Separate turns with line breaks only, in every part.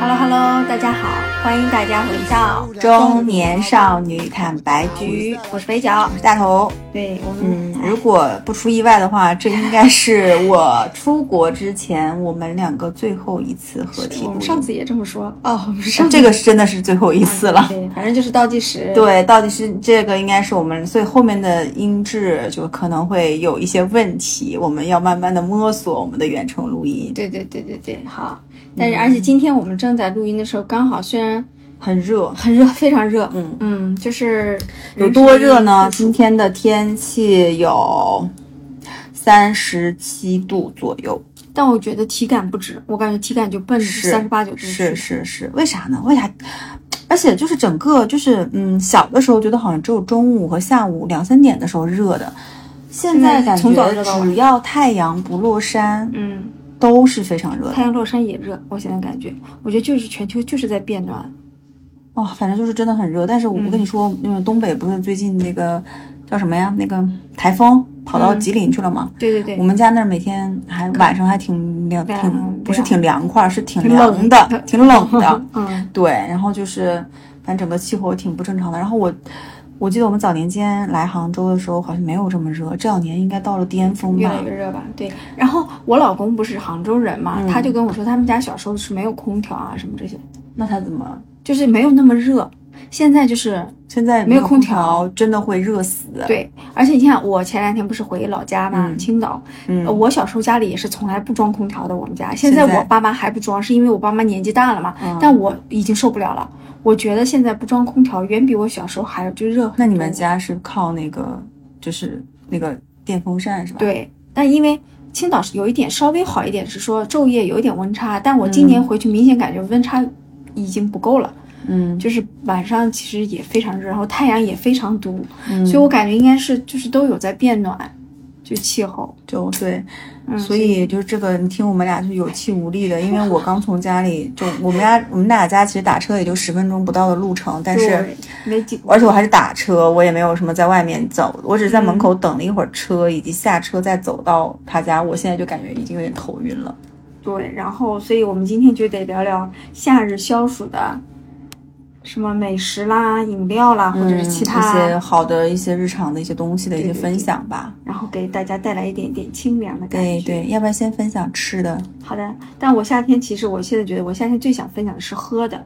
Hello Hello，大家好，欢迎大家回到中年少女坦白局，我是北角
我。是大头。
对我们
嗯，，如果不出意外的话，这应该是我出国之前我们两个最后一次合体
我
录
们
音。
上次也这么说哦，我们上次
嗯这个是真的是最后一次了。
对，反正就是倒计时。，
对，到底是这个应该是我们最后面的音质就可能会有一些问题，我们要慢慢的摸索我们的远程录音。
对对对对对，好。但是而且今天我们正在录音的时候，刚好虽然
很热，
很热，非常热，
嗯
嗯，就是
有多热呢？今天的天气有三十七度左右。
但我觉得体感不止，我感觉体感就奔着
是
三十八九度去
是是是，为啥呢？为啥？而且就是整个就是嗯，小的时候觉得好像只有中午和下午两三点的时候热的，现在
现在
感
从早热
觉
到晚
只要太阳不落山，
嗯，
都是非常热的
太。阳落山也热，我现在感觉，我觉得就是全球就是在变暖，
哇、哦反正就是真的很热。但是我
嗯
不跟你说，那个东北不是最近那个叫什么呀？那个台风跑到
嗯
吉林去了吗？
对对对，
我们家那儿每天还晚上还挺凉，
凉
挺不是
凉
挺凉快，是挺
挺冷
凉
的
的，挺冷 的。
嗯
对，然后就是反正整个气候挺不正常的。然后我我记得我们早年间来杭州的时候好像没有这么热，这两年应该到了巅峰
越
吧
来。越热吧，对。然后我老公不是杭州人嘛，
嗯
他就跟我说，他们家小时候是没有空调啊什么这些，
那它怎么
就是没有那么热。现在就是
现在
没有空
空
调
调真的会热死？
对，而且你看，我前两天不是回老家嘛，
嗯
青岛、
嗯
呃我小时候家里也是从来不装空调的，我们家现在
现在
我爸妈还不装，是因为我爸妈年纪大了嘛，
嗯
但我已经受不了了。我觉得现在不装空调远比我小时候还要就热很多。
那你们家是靠那个就是那个电风扇是吧？，
对，但因为青岛是有一点稍微好一点，是说昼夜有一点温差，但我今年回去明显感觉温差已经不够了，
嗯，
就是晚上其实也非常热，然后太阳也非常毒，
嗯
所以我感觉应该是就是都有在变暖，就气候。
就对，
嗯，
所以就是这个，你听我们俩是有气无力的，因为我刚从家里就我们家我们俩家其实打车也就十分钟不到的路程，但是。
对没几，
而且我还是打车，我也没有什么在外面走，我只是在门
嗯
口等了一会儿车，以及下车再走到他家。我现在就感觉已经有点头晕了。
对，然后所以我们今天就得聊聊夏日消暑的。什么美食啦、饮料啦，或者是其嗯他，
嗯一些好的一些日常的一些东西的一些分享吧。
然后给大家带来一点点清凉的感觉。
对对，要不然先分享吃的
好的，但我夏天其实我现在觉得，我夏天最想分享的是喝的，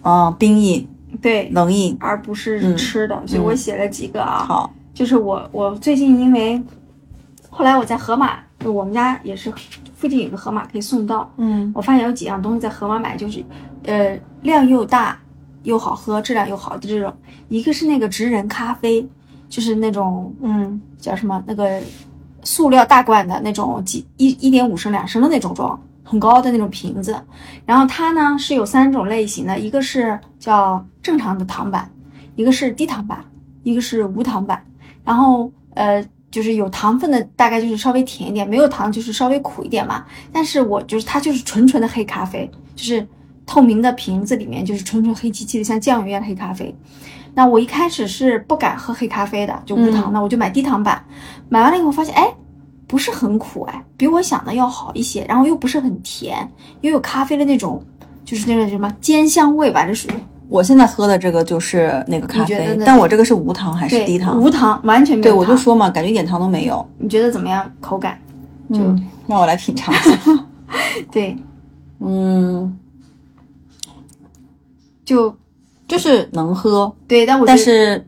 啊、哦冰饮、
对，
冷饮。
而不是
嗯
吃的，所以我
嗯
写了几个啊，
好，
就是我我最近因为后来我在盒马，就我们家也是附近有个盒马可以送到，
嗯
我发现有几样东西在盒马买就是，呃，量又大又好喝，质量又好的这种，一个是那个直人咖啡，就是那种
嗯
叫什么那个塑料大罐的那种几一一点五升两升的那种装，很高的那种瓶子。然后它呢是有三种类型的，一个是叫正常的糖版，一个是低糖版，一个是无糖版。然后呃就是有糖分的大概就是稍微甜一点，没有糖就是稍微苦一点嘛。但是我就是它就是纯纯的黑咖啡，就是透明的瓶子里面就是纯纯黑漆漆的像酱油一样的黑咖啡。那我一开始是不敢喝黑咖啡的，就无糖的，
嗯
我就买低糖版。买完了以后发现，哎，不是很苦，哎，比我想的要好一些，然后又不是很甜，又有咖啡的那种，就是那种什么煎香味吧，这属于
我现在喝的这个就是那个咖
你觉得
啡
呢，
但我这个是无糖还是
对
低糖？
无糖，完全没
对，
有
我就
糖
说嘛，感觉一点糖都没有。
你觉得怎么样？口感？就、
嗯，那我来品尝一下。
对，
嗯，
就
就是能喝，
对，但我觉
但
得
是，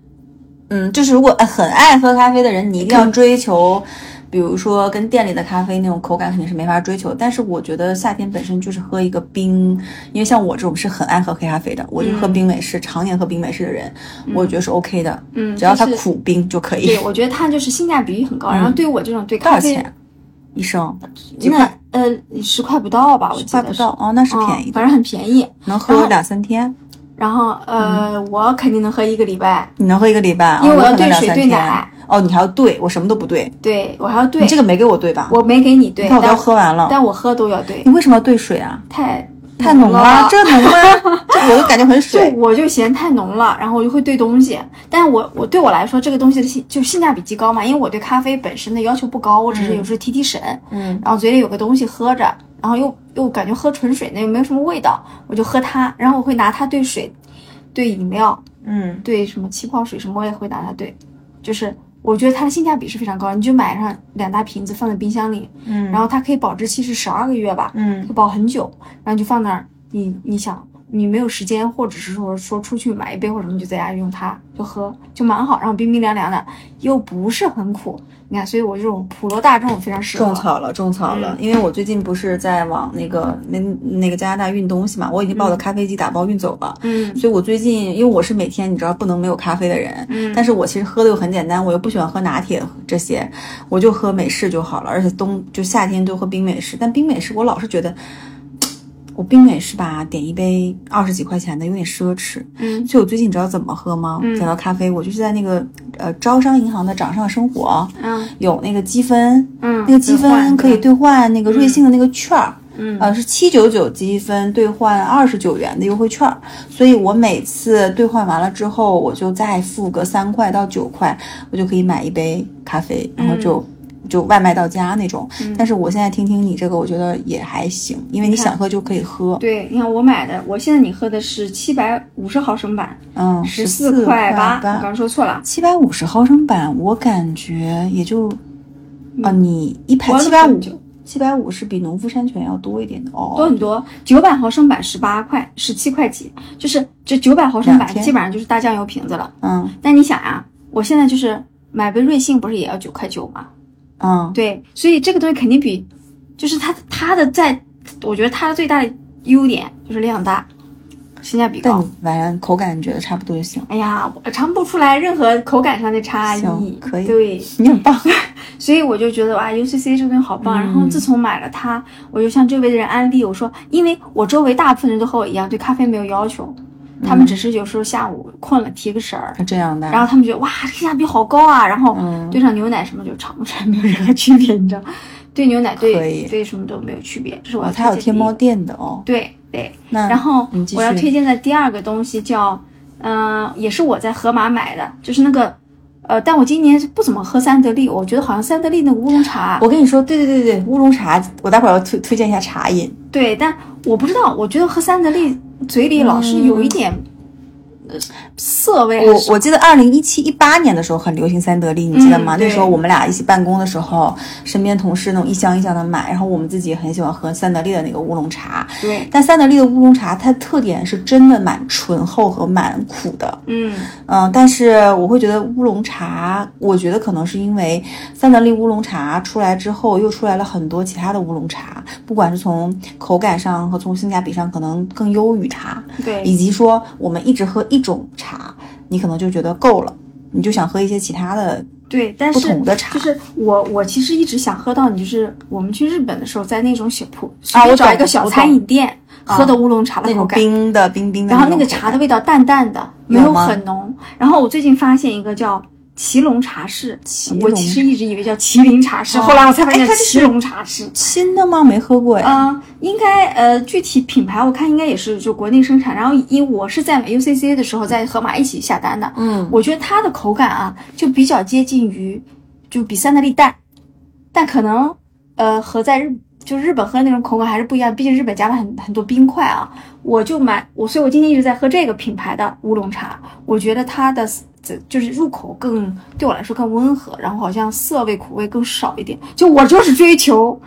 嗯，就是如果很爱喝咖啡的人，你一定
嗯
要追求，比如说跟店里的咖啡那种口感肯定是没法追求。但是我觉得夏天本身就是喝一个冰，因为像我这种是很爱喝黑咖啡的，我就喝冰美式，常年喝冰美式的人，我觉得是 OK 的，
嗯，
只要它
就是
苦冰就可以
对，。我觉得它就是性价比很高。然后对于我这种对
多
咖
少
啡，
钱？啊一升几
那
块？
呃十块不到吧，我记得
块不
是
到哦，那是
嗯
便宜的，
反正很便宜。
能
然
喝
后
两三天，
然后呃，我肯定能喝一个礼拜，
你能喝一个礼嗯拜啊？
因为我
我
要
可能
兑
两
水
三
兑
天
奶。
哦，你还要兑，我什么都不兑。
对我还要兑
你这个没给我兑吧？
我没给你兑，
你看我
但
都喝完了。
但我喝都要兑
你，为什么要兑水啊？
太
太浓
了
了，。这浓 吗？这我都感觉很
对，
水。
我就嫌太浓了，然后我就会兑东西。但我我对我来说，这个东西的性就性价比极高嘛，因为我对咖啡本身的要求不高，我只是有时候提提神，
嗯
然后嘴里有个东西喝着，然后又又感觉喝纯水那个没有什么味道，我就喝它，然后我会拿它兑水、兑饮料、
嗯，
对什么气泡水什么，我也会拿它兑，就是我觉得它的性价比是非常高，你就买上两大瓶子放在冰箱里，
嗯
然后它可以保质期是十二个月吧，
嗯
可以保很久，然后就放那儿，你你想你没有时间，或者是说说出去买一杯或者什么，你就在家用它就喝，就蛮好，然后冰冰凉凉的，又不是很苦，你看，所以我这种普罗大众非常适合，
种草了，种草了，因为我最近不是在往那个那那个加拿大运东西嘛，我已经把我的咖啡机打包运走了。
嗯
所以我最近，因为我是每天你知道不能没有咖啡的人，
嗯
但是我其实喝的又很简单，我又不喜欢喝拿铁这些，我就喝美式就好了，而且冬就夏天就喝冰美式，但冰美式我老是觉得。我冰美式吧，点一杯二十几块钱的有点奢侈，
嗯
所以我最近你知道怎么喝吗？
嗯
讲到咖啡，我就是在那个呃招商银行的掌上生活
嗯
有那个积分，
嗯，
那个积分可以
兑
兑换那个瑞幸的那个券儿，
嗯
呃，是七九九积分兑换二十九元的优惠券儿，所以我每次兑换完了之后，我就再付个三块到九块，我就可以买一杯咖啡，然后
嗯
就。就外卖到家那种，但是我现在听听你这个，我觉得也还行，因为你
你看
想喝就可以喝，
对，你看我买的，我现在你喝的是七百五十毫升版，
嗯，
十
四
四块八，嗯
八，
我刚说错了，
七百五十毫升版，我感觉也就，啊，你一
嗯我
盘七百五
多，
七百五是比农夫山泉要多一点的哦，
很多，九百毫升版十八块，十七块几，就是这九百毫升版
两天
基本上就是大酱油瓶子了。
嗯
但你想呀、我现在就是买杯瑞幸不是也要九块九吗？
嗯，
对，所以这个东西肯定比，就是它它的在，我觉得它最大的优点就是量大，性价比
但
高
你。反正口感觉得差不多就行。
哎呀，我尝不出来任何口感上的差异
行。可以
对，
你很棒，
所以我就觉得哇，UCC 这个东西好
嗯
棒。然后自从买了它，我就向周围的人安利，我说，因为我周围大部分人都和我一样，对咖啡没有要求，
嗯
他们只是有时候下午困了提个神儿，
这样的。
然后他们觉得哇，这个性价比好高啊，然后
嗯
兑上牛奶什么就尝不出来没有任何区别，你知道吗？对牛奶
可
对
以
对什么都没有区别，这是我
哦，
要
它有
推荐
天
的
猫
一个
店的哦。
对对。
那
然后
你继续
我要推荐的第二个东西叫，嗯、也是我在盒马买的，就是那个，呃，但我今年不怎么喝三得利，我觉得好像三得利那个乌龙茶，
我跟你说，对对对对，乌龙茶，我待会儿要推推荐一下茶饮。
对，但我不知道，我觉得喝三得利嘴里老是有一点，呃，涩味还是什
嗯我我记得二零一七一八年的时候很流行三得利，你记得吗？
嗯
那时候
对
我们俩一起办公的时候，身边同事那种一箱一箱的买，然后我们自己也很喜欢喝三得利的那个乌龙茶。
么，对，
但三得利的乌龙茶，它特点是真的蛮醇厚和蛮苦的，
嗯
嗯，但是我会觉得乌龙茶，我觉得可能是因为三得利乌龙茶出来之后，又出来了很多其他的乌龙茶，不管是从口感上和从性价比上，可能更优于它，
对
以及说我们一直喝一种茶，你可能就觉得够了，你就想喝一些其他的
对，但
不
是
同的茶
就是我，我其实一直想喝到你，就是我们去日本的时候，在那种小铺
啊我
找一
懂
个小
我懂啊
餐饮店喝的乌龙茶的
那
口
种
感，
冰的冰冰的
然
种口感。
后那个茶的味道淡淡的，没
有
有
吗
很浓。然后我最近发现一个叫祁隆茶室，
祁
我
隆
其实一直以为叫麒麟茶室，
哦
后来我才发
哎
现
它
叫
这
祁隆茶室。
新的吗？没喝过哎。
嗯、应该呃，具体品牌我看应该也是就国内生产。然后因我是在买 UCC 的时候，在盒马一起下单的。
嗯
我觉得它的口感啊，就比较接近于，就比三得利淡，但可能呃和在日就日本喝的那种口感还是不一样，毕竟日本加了很很多冰块啊。我就买我，所以我今天一直在喝这个品牌的乌龙茶，我觉得它的这就是入口更对我来说更温和，然后好像涩味苦味更少一点。就我就是追求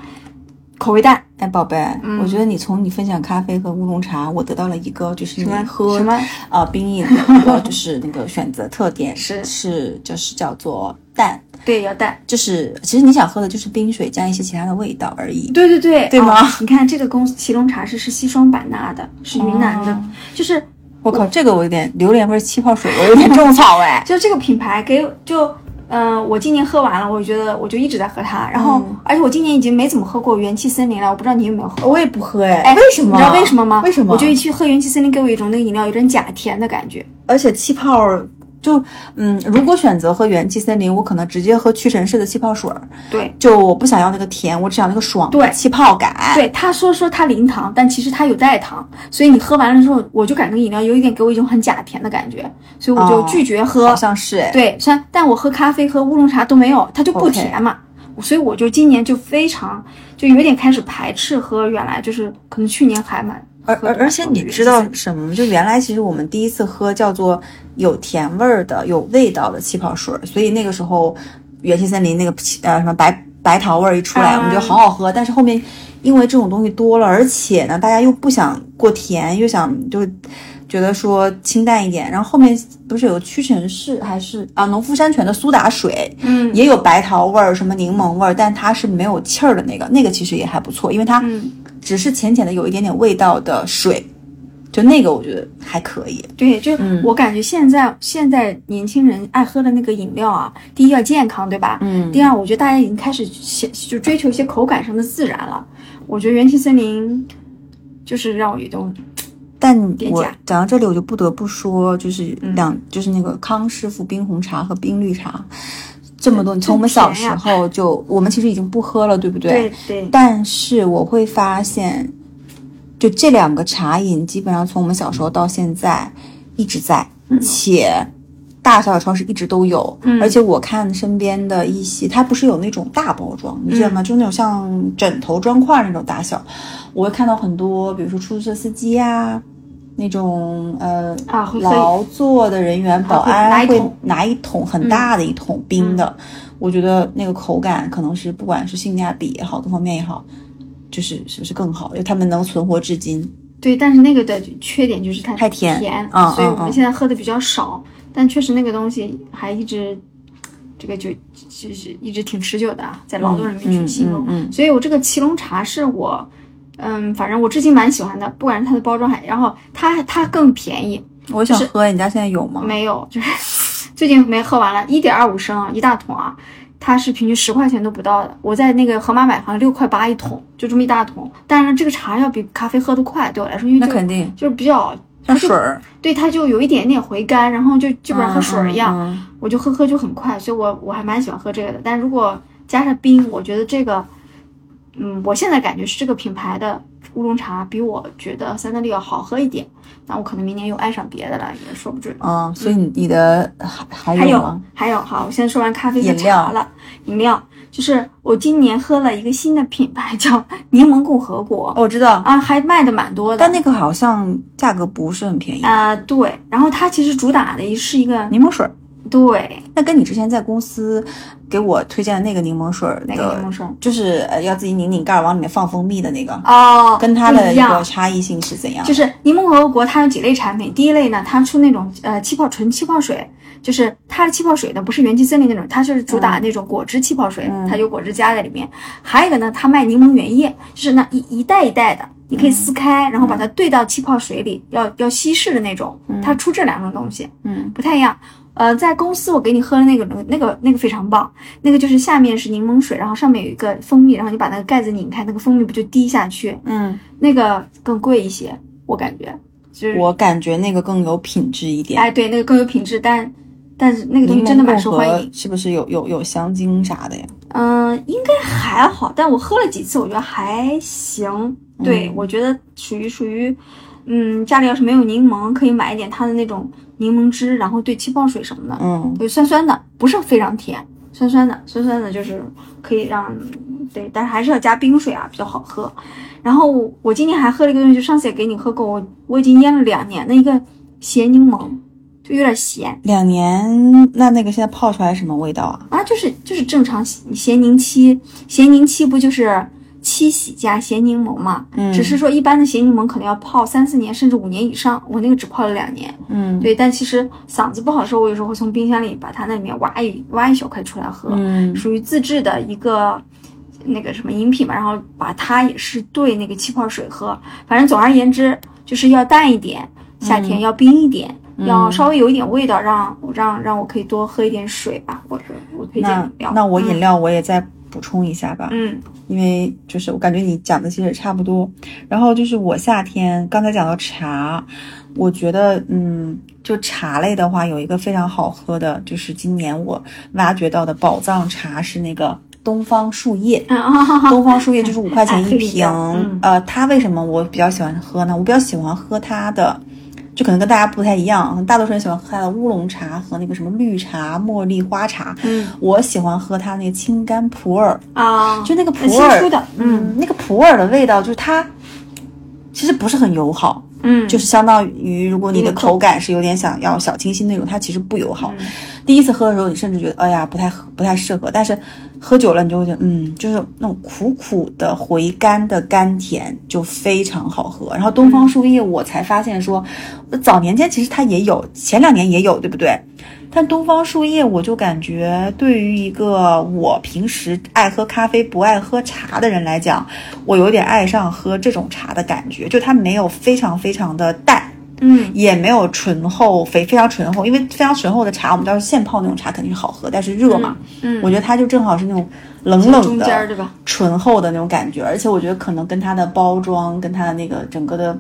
口味淡，
哎，宝贝，我觉得你从你分享咖啡和乌龙茶，我得到了一个就是你喝
什么
啊、冰饮的一 个就是那个选择特点
是
是就是叫做淡，
对要淡，
就是其实你想喝的就是冰水加一些其他的味道而已。
对对对，
对吗
哦你看这个公司祁隆茶室是西双版纳的，是云南的，
哦
就是。
我靠，这个我有点榴莲味儿气泡水，我有点种草哎
就这个品牌给就，嗯、我今年喝完了，我觉得我就一直在喝它，然后、
嗯
而且我今年已经没怎么喝过元气森林了，我不知道你有没有喝。
我也不喝哎，
哎，
为什么？
你知道为什么吗？
为什么？
我觉得一去喝元气森林，给我一种那个饮料有点假甜的感觉。
而且气泡就嗯，如果选择喝元气森林，我可能直接喝屈臣氏的气泡水儿，
对，
就我不想要那个甜，我只想那个爽的
对
气泡感。
对，他说说它零糖，但其实它有代糖，所以你喝完了之后，我就感觉饮料有一点给我一种很假甜的感觉，所以我就
哦
拒绝喝。
好像是哎。
对，虽然但我喝咖啡和乌龙茶都没有，它就不甜嘛。所以我就今年就非常就有点开始排斥喝原来就是可能去年还蛮
而
喝
而
的
而且
那种
你
原
知道
生
什么吗？就原来其实我们第一次喝叫做有甜味儿的、有味道的气泡水儿，所以那个时候元气森林那个气呃什么白白桃味儿一出来，
啊
我们觉得好好喝。但是后面因为这种东西多了，而且呢，大家又不想过甜，又想就觉得说清淡一点。然后后面不是有屈臣氏还是啊农夫山泉的苏打水，
嗯
也有白桃味儿、什么柠檬味儿，但它是没有气儿的那个，那个其实也还不错，因为它
嗯
只是浅浅的有一点点味道的水，就那个我觉得还可以。
对，就
嗯
我感觉现在、现在年轻人爱喝的那个饮料啊，第一要健康，对吧？
嗯
第二，我觉得大家已经开始想就追求一些口感上的自然了。我觉得元气森林就是让我有一种
但
别
我
加
讲到这里，我就不得不说，就是
嗯
两、就是那个康师傅冰红茶和冰绿茶，这么多，
真
从我们小
甜
时
呀
候就我们其实已经不喝了，对不对？
对对
但是我会发现，就这两个茶饮基本上从我们小时候到现在一直在，且大小超市一直都有。
嗯
而且我看身边的一些，它不是有那种大包装，你知道吗？就那种像枕头砖块那种大小，我会看到很多，比如说出租车司机呀、那种呃
啊会可以
劳作的人员、保
会拿
安
一
啊会
桶
拿一桶嗯很大的一桶冰的，我觉得那个口感可能是不管是性价比也好，各方面也好，就是是不是更好？因为他们能存活至今。
对，但是那个的缺点就是它
太甜
甜，
嗯
所以我
嗯嗯
们现在喝的比较少，但确实那个东西还一直。这个就就是一直挺持久的啊，在劳动人民群心中，
嗯嗯嗯
所以我这个祁隆茶是我，嗯，反正我至今蛮喜欢的，不管是它的包装还，然后它它更便宜，
我想
就是
喝，你家现在有吗？
没有，就是 最近没喝完了，一点二五升啊，一大桶啊，它是平均十块钱都不到的。我在那个盒马买好像六块八一桶，就这么一大桶。但是这个茶要比咖啡喝得快，对我来说，因为
那
就
肯定
就是比较
像水儿，
对它就有一点点回甘，然后就基本上和水儿一样，
嗯。嗯嗯
我就喝喝就很快，所以我我还蛮喜欢喝这个的。但如果加上冰，我觉得这个，嗯，我现在感觉是这个品牌的乌龙茶比我觉得三得利要好喝一点。那我可能明年又爱上别的了，也说不准。
嗯，所以你你的还
还
有
有
吗？
还有，好，我现在说完咖啡和
饮料
茶了，饮料就是我今年喝了一个新的品牌叫柠檬共和国、
哦我知道，
啊，还卖的蛮多的。
但那个好像价格不是很便宜。
啊、对，然后它其实主打的是一个
柠檬水儿，
对
那跟你之前在公司给我推荐的那个柠檬水儿
哪个柠
的
檬，水？
就是呃要自己拧拧盖儿往里面放蜂蜜的那个，
哦，
跟它
不
的
一
一个
样。
差异性是怎样？
就是柠檬共和国，它有几类产品。第一类呢，它出那种呃气泡纯气泡水，就是它的气泡水呢不是元气森林那种，它就是主打那种果汁气泡水，
嗯
它有果汁加在里面。还有一个呢，它卖柠檬原液，就是那一一袋一袋的，你
嗯
可以撕开，然后把它兑到气泡水里，要要稀释的那种。它出这两种东西
嗯
不太一样。呃，在公司我给你喝的那个那个那个非常棒，那个就是下面是柠檬水，然后上面有一个蜂蜜，然后你把那个盖子拧开，那个蜂蜜不就滴下去？
嗯，
那个更贵一些，我感觉就是
我感觉那个更有品质一点。
哎，对，那个更有品质，但但是那个东西
柠檬
真的蛮
薄
受
荷
欢迎。
是不是有有有香精啥的呀？
嗯、应该还好，但我喝了几次，我觉得还行。
嗯
对，我觉得属于属于，嗯，家里要是没有柠檬，可以买一点它的那种柠檬汁，然后兑气泡水什么的，
嗯，
对，酸酸的，不是非常甜，酸酸的，酸酸的，就是可以让对，但是还是要加冰水啊，比较好喝。然后我我今年还喝了一个东西，就上次也给你喝过，我我已经腌了两年的一个咸柠檬，就有点咸
两年，那那个现在泡出来什么味道啊？
啊，就是就是正常咸咸柠七，咸柠七不就是七喜加咸柠檬嘛？
嗯
只是说一般的咸柠檬可能要泡三四年甚至五年以上，我那个只泡了两年。
嗯
对，但其实嗓子不好的时候，我有时候会从冰箱里把它那里面挖一挖一小块出来喝，
嗯
属于自制的一个那个什么饮品吧，然后把它也是兑那个气泡水喝。反正总而言之，就是要淡一点，
嗯
夏天要冰一点，要稍微有一点味道，让让让我可以多喝一点水吧。我我推荐
那
饮料。
那我饮
嗯
料我也再补充一下吧。
嗯
因为就是我感觉你讲的其实也差不多。然后就是我夏天刚才讲到茶，我觉得嗯，就茶类的话，有一个非常好喝的，就是今年我挖掘到的宝藏茶是那个东方树叶。
嗯 啊，
东方树叶就是五块钱一
哎黑啤
瓶
酒嗯，
呃，它为什么我比较喜欢喝呢？我比较喜欢喝它的就可能跟大家不太一样，大多数人喜欢喝它的乌龙茶和那个什么绿茶、茉莉花茶。
嗯
我喜欢喝它那个青柑普洱，
啊，
就那个普
新
洱
出的，嗯
嗯，那个普洱的味道就是它其实不是很友好，
嗯，
就是相当于如果你
有
的
点
口感是有点想要小清新那种，它其实不友好。
嗯
第一次喝的时候，你甚至觉得哎呀不太合不太适合，但是喝久了你就会觉得嗯，就是那种苦苦的回甘的甘甜就非常好喝。然后东方树叶我才发现说，早年间其实它也有，前两年也有，对不对？但东方树叶，我就感觉对于一个我平时爱喝咖啡不爱喝茶的人来讲，我有点爱上喝这种茶的感觉，就它没有非常非常的淡，
嗯
也没有醇厚，非非常醇厚，因为非常醇厚的茶，我们知道现泡那种茶肯定是好喝，但是热嘛，
嗯，
我觉得它就正好是那种冷冷
中间儿
的、
对吧？
醇厚的那种感觉，而且我觉得可能跟它的包装、跟它的那个整个的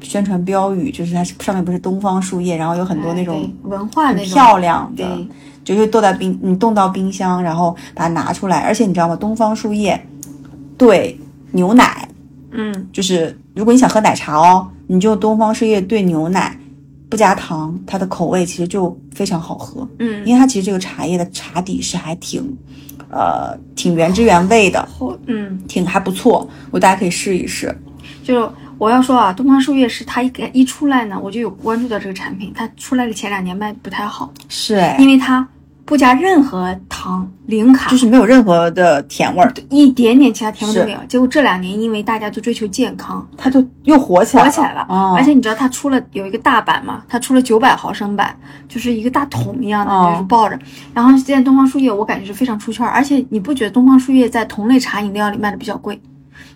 宣传标语，就是它上面不是东方树叶，然后有很多那
哎
种
对文化那种
漂亮的，
对
就是冻到冰，你冻到冰箱，然后把它拿出来。而且你知道吗？东方树叶兑牛奶，
嗯
就是如果你想喝奶茶哦，你就东方树叶兑牛奶，不加糖，它的口味其实就非常好喝。
嗯，
因为它其实这个茶叶的茶底是还挺，呃，挺原汁原味的，
后嗯，
挺还不错。我大家可以试一试。
就我要说啊，东方树叶是它一个一出来呢，我就有关注到这个产品，它出来的前两年卖得不太好，
是哎，
因为它不加任何糖，零卡，
就是没有任何的甜味儿，
一点点其他甜味都
是
没有。结果这两年因为大家都追求健康，
它就又火起来
火起来了。
哦
而且你知道它出了有一个大版嘛，它出了九百毫升版，就是一个大桶一样的，
哦
就是抱着。然后现在东方树叶我感觉是非常出圈儿，而且你不觉得东方树叶在同类茶饮料里卖的比较贵？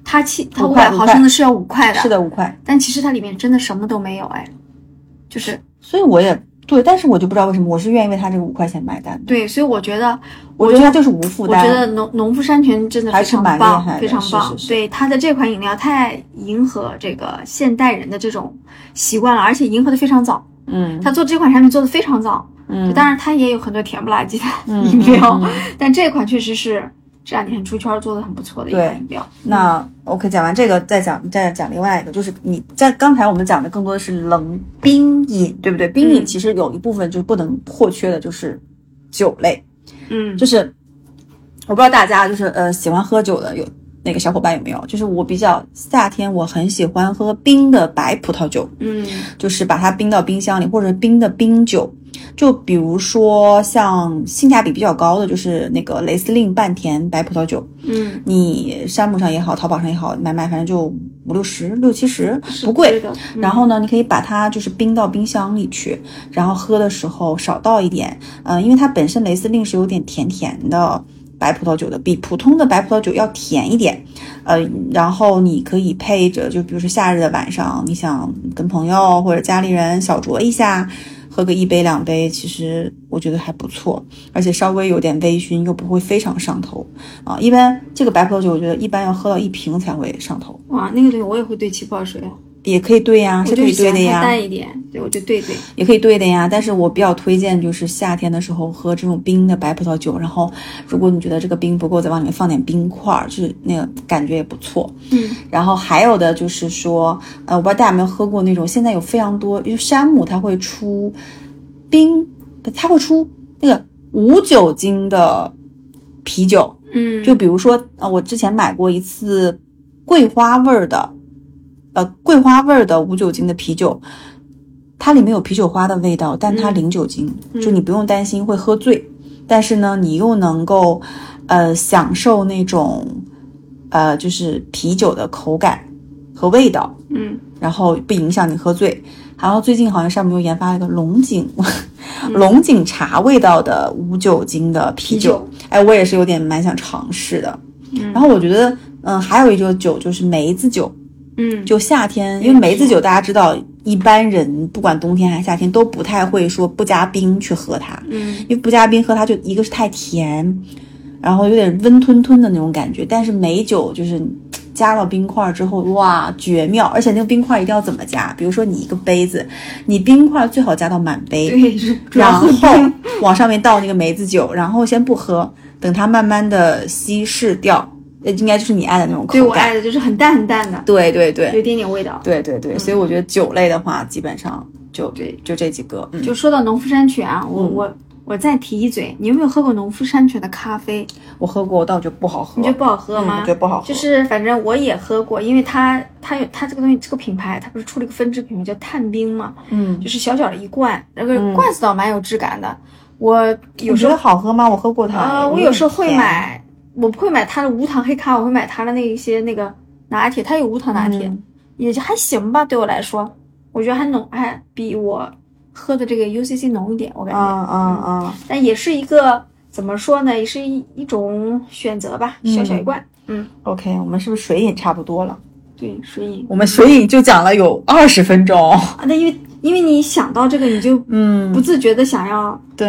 它七它
五
五
块
百毫升的是要五块的，
是。的，五块。
但其实它里面真的什么都没有，哎，就是
所以我也对，但是我就不知道为什么，我是愿意为他这个五块钱买单的。
对，所以我觉得
我觉得他就是无负
我
担。
觉得农农夫山泉真的非常
还是蛮厉
棒
害，的
非常棒。
是是是
对它的这款饮料太迎合这个现代人的这种习惯了，而且迎合的非常早。
嗯
它做这款产品做的非常早，
嗯
当然它也有很多甜不拉几的
嗯
饮料，
嗯嗯
但这款确实是这两年出圈做的很不错的一款
对
饮料。
那 OK，讲完这个再讲再讲另外一个，就是你在刚才我们讲的更多的是冷冰饮，对不对？冰饮
嗯
其实有一部分就是不能或缺的，就是酒类，
嗯，
就是我不知道大家就是呃喜欢喝酒的有那个小伙伴有没有？就是我比较夏天我很喜欢喝冰的白葡萄酒，
嗯
就是把它冰到冰箱里，或者冰的冰酒。就比如说像性价比比较高的，就是那个雷司令半甜白葡萄酒，
嗯，
你山姆上也好，淘宝上也好，买买反正就五六十、六七十，
是
不贵。
的。嗯
然后呢，你可以把它就是冰到冰箱里去，然后喝的时候少倒一点，嗯、因为它本身雷司令是有点甜甜的白葡萄酒的，比普通的白葡萄酒要甜一点，呃，然后你可以配着，就比如说夏日的晚上，你想跟朋友或者家里人小酌一下，喝个一杯两杯，其实我觉得还不错，而且稍微有点微醺，又不会非常上头啊、一般这个白葡萄酒，我觉得一般要喝到一瓶才会上头，
嗯哇，那个东西我也会兑气泡水，哦
也可以兑呀，
我
是可
就
以
喜
兑
欢
的
它
呀。
淡一点，对我就兑兑。
也可以兑的呀，但是我比较推荐就是夏天的时候喝这种冰的白葡萄酒，然后如果你觉得这个冰不够，再往里面放点冰块儿，就是那个感觉也不错。
嗯
然后还有的就是说，呃，我不知道大家有没有喝过那种，现在有非常多，因为山姆它会出冰，它会出那个无酒精的啤酒，
嗯，
就比如说，呃，我之前买过一次桂花味儿的，呃，桂花味儿的无酒精的啤酒，它里面有啤酒花的味道，但它
嗯
零酒精，
嗯
就你不用担心会喝醉，但是呢，你又能够，呃，享受那种，呃，就是啤酒的口感和味道，
嗯
然后不影响你喝醉。然后最近好像上面又研发了一个龙井， 龙井茶味道的无酒精的啤酒，哎，我也是有点蛮想尝试的。
嗯
然后我觉得，嗯，还有一种酒就是梅子酒，
嗯
就夏天，因为梅子酒大家知道，一般人不管冬天还是夏天都不太会说不加冰去喝它，
嗯
因为不加冰喝它就一个是太甜，然后有点温吞吞的那种感觉。但是美酒就是嘖加了冰块之后，哇，绝妙！而且那个冰块一定要怎么加？比如说你一个杯子，你冰块最好加到满杯，
对是主
然
要
后
是
往上面倒那个梅子酒，然后先不喝，等它慢慢的稀释掉，呃，应该就是你爱的那种口
对我
感。
爱的就是很淡很淡的，
对对对
有一点点味道。
对对对，所以我觉得酒类的话，基本上就
对，
就这几个，嗯，
就说到农夫山泉啊，我、我我再提一嘴，你有没有喝过农夫山泉的咖啡？
我喝过，但我觉得不好喝，
你觉得不好喝
嗯
吗？
我觉得不好喝，
就是反正我也喝过，因为它它有它这个东西这个品牌，它不是出了一个分支品牌叫探冰嘛，
嗯，
就是小小的一罐，那个
嗯
罐子倒蛮有质感的。我有
你
时
觉
候
得好喝吗？我喝过它，
呃，我
因为
有时候会
甜，
买，我不会买它的无糖黑咖，我会买它的那一些那个拿铁，它有无糖拿铁，
嗯
也就还行吧，对我来说，我觉得还浓，还比我喝的这个 UCC 浓一点，我感觉，
啊啊啊，
但也是一个怎么说呢，也是一一种选择吧，小小一
嗯
罐，
OK，我们是不是水饮差不多了？
对，水饮。
我们水饮就讲了有二十分钟。
啊，那因为因为你想到这个，你就
嗯
不，自觉的想要
对。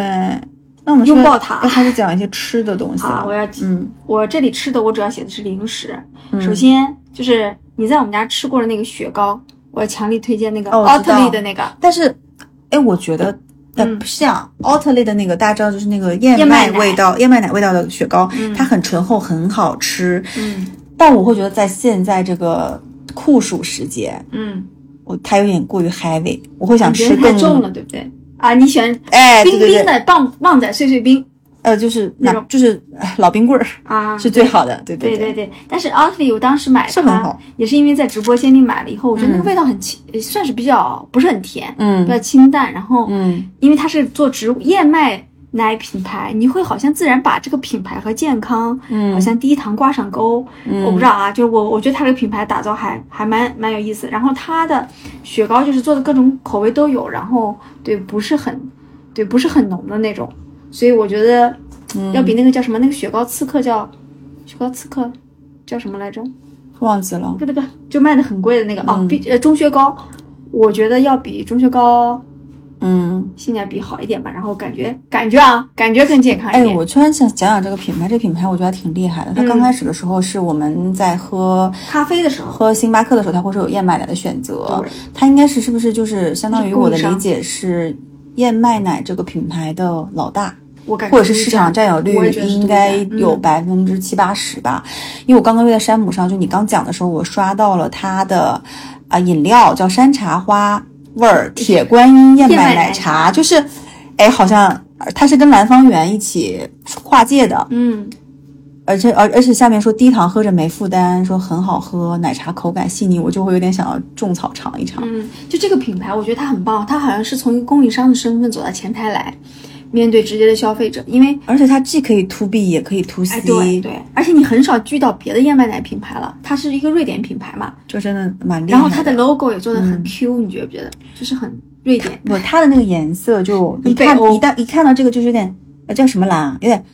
那我
拥
们是不是
抱它
要开始讲一些吃的东西
啊，
了
我。要
嗯，
我这里吃的，我主要写的是零食。
嗯
首先就是你在我们家吃过的那个雪糕，我强力推荐那个
哦我
奥
知
特
道
利的那个
但是，哎，我觉得。呃，
嗯
不像奥特利的那个，大家知道就是那个燕
燕麦
麦
奶
味道、燕麦奶味道的雪糕，
嗯
它很醇厚，很好吃。
嗯
但我会觉得在现在这个酷暑时节，
嗯，
我它有点过于 heavy，我会想
你觉得
吃
太
更
重了，对不对？啊，你喜欢
哎，对
冰
对
冰
对，
的棒棒仔碎碎冰
呃，就是
那
哪
种
就是哎老冰棍儿
啊，
是最好的，对
对
对
对，对。但是奥特利我当时买
是很
它
好，
也是因为在直播间里买了以后，我觉得那个
嗯
味道很清，呃算是比较不是很甜，比较
嗯
清淡，然后
嗯，
因为它是做植物燕麦奶品牌，你会好像自然把这个品牌和健康，
嗯
好像低糖挂上钩。
嗯
我不知道啊，就是我我觉得它这个品牌打造还还蛮蛮有意思。然后它的雪糕就是做的各种口味都有，然后对不是很对不是很浓的那种，所以我觉得要比那个叫什么、那个雪糕刺客叫雪糕刺客叫什么来着？
忘记了，
那个那个就卖的很贵的那个、
嗯
哦，比呃中雪糕，我觉得要比中雪糕
嗯。
性价比好一点吧，然后感觉感觉啊，感觉更健康一
哎，
点。嗯
我突然想讲讲这个品牌，这个品牌我觉得还挺厉害的。它刚开始的时候是我们在喝、
咖啡的时候，
喝星巴克的时候，它会是有燕麦奶的选择
对。
它应该是是不是就是相当于
就是供应
我的
商
理解是燕麦奶这个品牌的老大，
我感觉
或者是市场占有率
我也觉得是
应该有
嗯
百分之七八十吧。因为我刚刚又在山姆上，就你刚讲的时候，我刷到了它的啊、饮料叫山茶花味儿铁观音燕麦奶茶，就是哎好像。它是跟兰芳园一起跨界的，
嗯，
而且而而且下面说低糖喝着没负担，说很好喝，奶茶口感细腻，我就会有点想要种草尝一尝。
嗯，就这个品牌，我觉得它很棒，它好像是从一个供应商的身份走到前台来，面对直接的消费者，因为
而且它既可以 to B 也可以 to C，、
哎对对，而且你很少遇到别的燕麦奶品牌了，它是一个瑞典品牌嘛，
就真的嗯蛮厉害。
然后它的 logo 也做的很 Q，、你觉不觉得？就是很瑞典，
不，它的那个颜色就一看
北欧
一旦一看到这个就是有点呃叫什么蓝啊，有点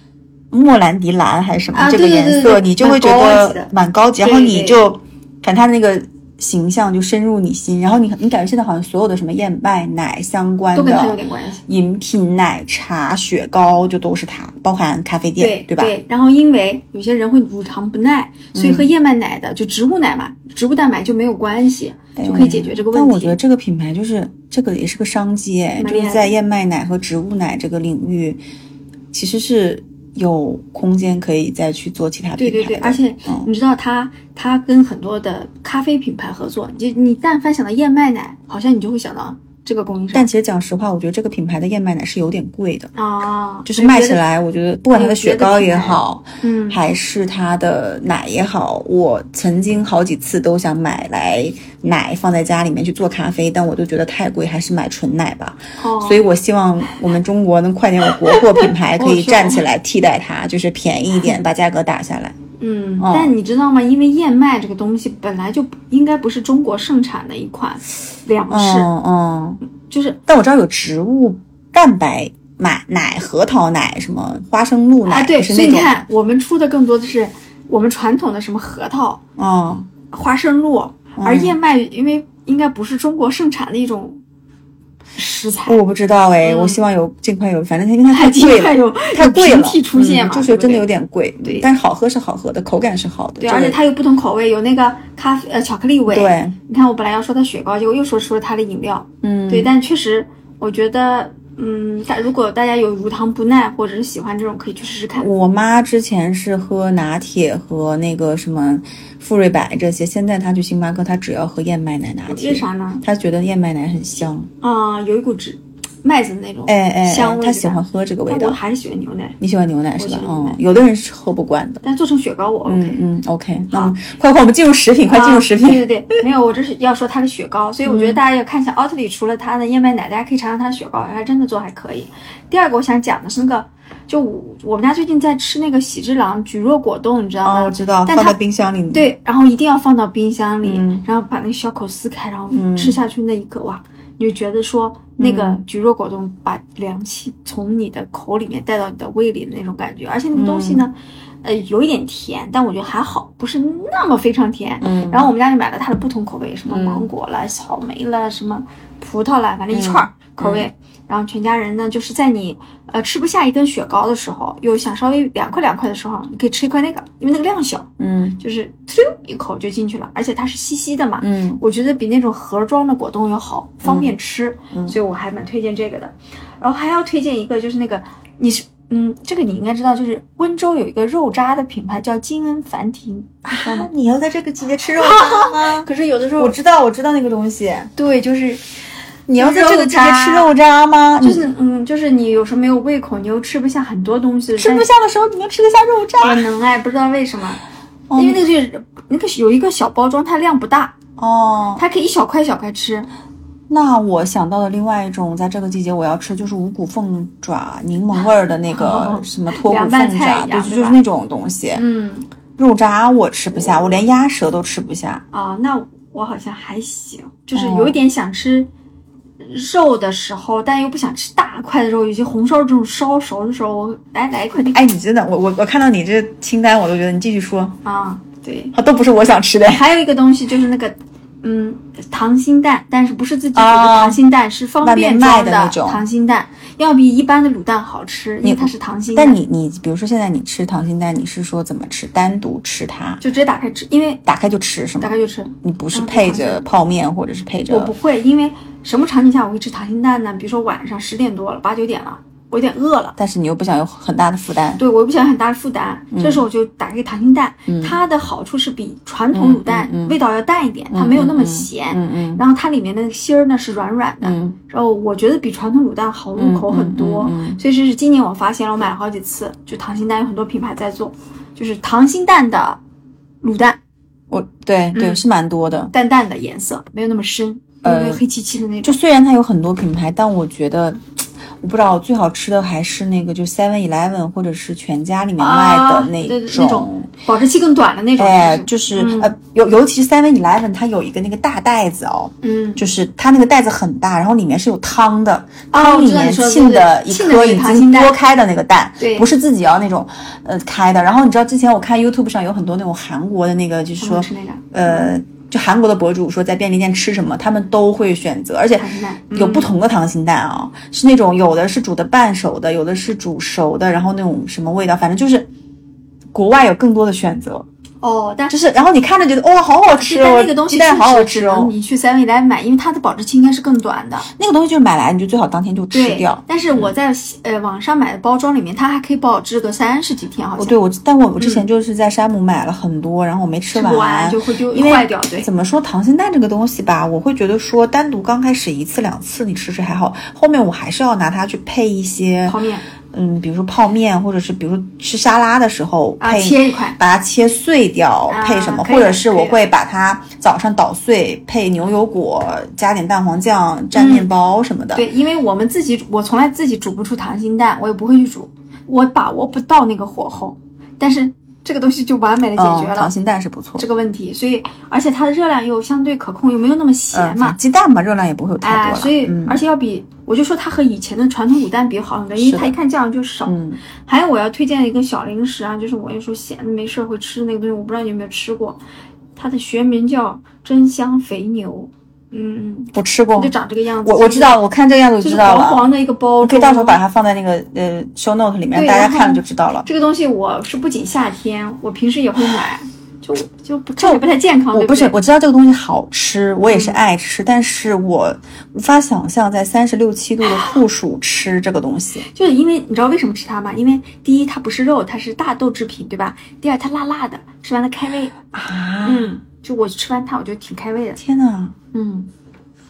莫兰迪蓝还是什么、
啊
这个
对对
颜
对
色，
对
你就会觉
蛮高级
得
的
蛮高级，然后
对
你
对
就看它的那个形象就深入你心，然后你你感觉现在好像所有的什么燕麦奶相关
都跟它有
的
点关系。
饮品、奶茶、雪糕就都是它，包含咖啡店，
对
吧？嗯
然后因为有些人会乳糖不耐，所以喝燕麦奶的、就植物奶嘛，植物蛋白就没有关系，就可以解决这个问
哎但
题。
我觉得这个品牌就是这个也是个商机，哎，
蛮
就
厉害的
是在燕麦奶和植物奶这个领域，其实是有空间可以再去做其他品
对
牌
对对，
的
而且
嗯
你知道它它跟很多的咖啡品牌合作，你就你但凡想到燕麦奶，好像你就会想到这个供应商
但其实讲实话，我觉得这个品牌的燕麦奶是有点贵的，
啊，
就是卖起
我觉得，
来，我觉得不管它的雪糕也好，
嗯，
还是它的奶也好，我曾经好几次都想买来奶放在家里面去做咖啡，但我就觉得太贵，还是买纯奶吧。
哦，
所以我希望我们中国能快点有国货品牌可
我
以
说
站起来替代它，就是便宜一点，把价格打下来。
嗯，
哦
但你知道吗？因为燕麦这个东西本来就不应该不是中国盛产的一款粮食，
嗯嗯，
就是
但我知道有植物蛋白奶、奶、核桃奶、什么花生露
啊，
奶，
对，
是
所以
那
你
种。
看我们出的更多的是我们传统的什么核桃、
嗯，
花生露，而燕麦因为应该不是中国盛产的一种食 材，
我不知道哎，
嗯
我希望有尽快有，反正它因为它 太
尽
贵
快
了，
有
太
有
贵
平
了，
替出现嘛，
嗯就
对
是
不
真的
对
有点贵。
对
但是好喝是好喝的，口感是好的。
对，
这
而
个
且它有不同口味，有那个咖啡呃巧克力味。
对，
你看我本来要说它雪糕，结果又说出了它的饮料。
嗯，
对，但确实我觉得嗯，但如果大家有乳糖不耐或者是喜欢这种，可以去试试看。
我妈之前是喝拿铁和那个什么馥芮白这些，现在她去星巴克，她只要喝燕麦奶拿铁
为。啥呢？
她觉得燕麦奶很香，
啊、有一股脂麦子的那种
哎哎，
香味。
哎她喜欢。喝这个味
但我
道。
还是喜欢牛奶，
你喜欢牛奶是吧
我？喜欢牛奶
嗯，有的人是喝不惯的。
但做成雪糕我 OK。
嗯嗯，OK，那我们快快，我们进入食品，快进入食嗯
啊
品。
对对对，没有，我这是要说它的雪糕，所以我觉得大家要看一下奥特利，除了它的燕麦奶，大家可以尝尝它的雪糕，还真的做还可以。第二个我想讲的是那个，就我我们家最近在吃那个喜之郎菊若果冻，你知道吗？
哦，我知道，
但
放
它
在冰箱里。，
对，然后一定要放到冰箱里，
嗯
然后把那个小口撕开，然后吃下去那一刻，哇，你就觉得说那个
嗯
菊若果冻把凉气从你的口里面带到你的胃里的那种感觉，而且那个
嗯
东西呢，呃，有一点甜，但我觉得还好，不是那么非常甜。
嗯
然后我们家就买了它的不同口味，什么
嗯
芒果啦、草莓啦、什么葡萄啦，反正一串儿口味。然后全家人呢，就是在你呃吃不下一根雪糕的时候，又想稍微凉快凉快的时候，你可以吃一块那个，因为那个量小。
嗯
就是嗖一口就进去了，而且它是稀稀的嘛，
嗯
我觉得比那种盒装的果冻要好，方便吃，所以我还蛮推荐这个的。然后还要推荐一个就是那个你是。嗯，这个你应该知道，就是温州有一个肉渣的品牌叫金恩凡婷，
啊，你要在这个季节吃肉渣 吗？
可是有的时候
我知道，我知道那个东西。
对，就是
你要在这个季节吃
肉
肉渣吗？
就
你
是嗯，就是你有时候没有胃口，你又吃不下很多东西，
吃不下的时候，你能吃得下肉渣？
但也能哎，不知道为什么，因为那个就是那个有一个小包装，它量不大，
哦，
它可以一小块一小块吃，
那我想到的另外一种，在这个季节我要吃就是五谷凤爪柠檬味儿的那个
哦
什么脱骨
凉拌
凤
菜
爪，
一样
对，
对
就是
吧
那种东西。
嗯，
肉渣我吃不下，我连鸭舌都吃不下。
啊，那我好像还行，就是
哦
有一点想吃肉的时候，但又不想吃大块的肉，尤其红烧这种烧熟的时候，我来来一块那个
哎，你真的，我我我看到你这清单，我都觉得你继续说，
啊，对。
它都不是我想吃的。
还有一个东西就是那个，嗯，溏心蛋，但是不是自己煮的
啊
溏心蛋，是方
外面
便
卖
装
的那种
溏心蛋，要比一般的卤蛋好吃，因为它是溏心蛋。
但你你比如说现在你吃溏心蛋，你是说怎么吃？单独吃它，
就直接打开吃，因为
打开就吃是
打
吗？
开就吃。
你不是
嗯
配
溏心
着泡面或者是啊配着？
我不会，因为什么场景下我会吃溏心蛋呢？比如说晚上十点多了，八九点了，我有点饿了。
但是你又不想有很大的负担。
对，我又不想很大的负担，
嗯
这时候我就打开溏心蛋，它的好处是比传统卤蛋味道要淡一点，它没有那么咸，
嗯嗯
然后它里面的芯儿呢是软软的，
嗯
然后哦我觉得比传统卤蛋好入口很多，
嗯嗯嗯
所以这是今年我发现了，我买了好几次，就溏心蛋有很多品牌在做，就是溏心蛋的卤蛋，
我对对、
嗯
是蛮多的。
淡淡的颜色，没有那么深，没有
嗯
那个黑漆漆的那种。
就虽然它有很多品牌，但我觉得我不知道最好吃的还是那个就 Seven Eleven 或者是全家里面卖
啊
的那
对
种。
对那种保质期更短的那种，
哎，
就是
就是、
嗯
呃，尤尤其是 Seven Eleven，它有一个那个大袋子哦，
嗯，
就是它那个袋子很大，然后里面是有汤的，
哦
汤
我
里
知道
面
你说的
浸
对
的
对
一
浸的那
颗
个
已
溏
经
心蛋
剥开的那个蛋，
对
不是自己要那种呃开的。然后你知道之前我看 YouTube 上有很多那种韩国的那个，就是
我
说
吃那个
呃。就韩国的博主说在便利店吃什么，他们都会选择，而且
溏心蛋
有不同的溏心蛋啊、是那种有的是煮的半熟的，有的是煮熟的，然后那种什么味道，反正就是国外有更多的选择，
哦，但是。
就是然后你看着觉得哇、好好吃
但
哦，
那个东西
鸡蛋
确实
好
只
好吃
能
哦，
你去 Seven Eleven 买，因为它的保质期应该是更短的。
那个东西就是买来你就最好当天就吃
对，
掉。嗯
但是我在呃网上买的包装里面，它还可以保质个三十几天，好
我
像
哦对我，但我我之前就是在山姆买了很多，然后我没吃
嗯吃不完就会就
因为
坏掉。对，
怎么说溏心蛋这个东西吧，我会觉得说单独刚开始一次两次你吃吃还好，后面我还是要拿它去配一些
泡面
嗯，比如说泡面，或者是比如说吃沙拉的时候
啊
配、
切一块
把它切碎掉、
啊
配什么，
可以
或者
的
是
可以
我
的
会把它早上捣碎配牛油果，加点蛋黄酱蘸面包什么的。
嗯对，因为我们自己我从来自己煮不出溏心蛋，我也不会去煮，我把握不到那个火候，但是这个东西就完美的解
嗯，
决了
溏。心蛋是不错。
这个问题，所以而且它的热量又相对可控，又没有那么咸
嗯，
嘛，
鸡蛋嘛，热量也不会有太多
哎，
了。
所以、
嗯
而且要比我就说它和以前的传统卤蛋比好很多，因
是
为它
的
一看酱就少。
嗯
还有我要推荐一个小零食啊，就是我有时候闲的没事儿会吃那个东西，我不知道你有没有吃过，它的学名叫真香肥牛，嗯，
我吃过
就，长这个样子。
哦我我知，道，我看这个样子
就
就是知道
黄
了。
黄的一个包
我
装，
可以到时候把它放在那个呃 show note 里面，
对
大家
然后
看了就知道了。
这个东西我是不仅夏天，我平时也会买，
就
就不看着不太健康。
我
对
不
不
是
对嗯
我知道这个东西好吃，我也是爱吃，但是我无法想象在三十六七度的酷暑吃这个东西。
就是因为你知道为什么吃它吗？因为第一它不是肉，它是大豆制品，对吧？第二它辣辣的，吃完了开胃。
啊！
嗯，就我吃完它，我觉得挺开胃的。
天哪！
嗯，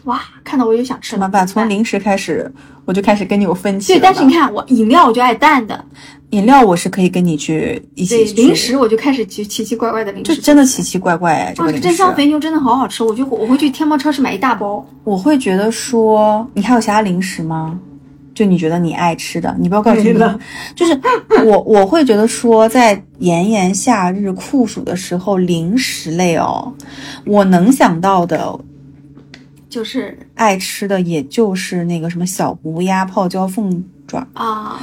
哇，看到我就想吃
怎么
了。
办？从零食开始，我就开始跟你有分歧
嗯哎对，
了呢。
但是你看我饮料我就爱淡的，
饮料我是可以跟你去一
对
起去
零，食我就开始奇奇奇怪怪的零
就
食。
真的奇奇怪怪哎，这
哇，这
个
哦
零
真
食。
香肥牛真的好好吃，我就我会去天猫超市买一大包。
我会觉得说，你还有其他零食吗？就你觉得你爱吃的，你不要告诉
没
我
了，
就是我我会觉得说，在炎炎夏日酷暑的时候，零食类哦，我能想到的
就是
爱吃的也就是那个什么小糊鸭、泡椒凤爪
啊，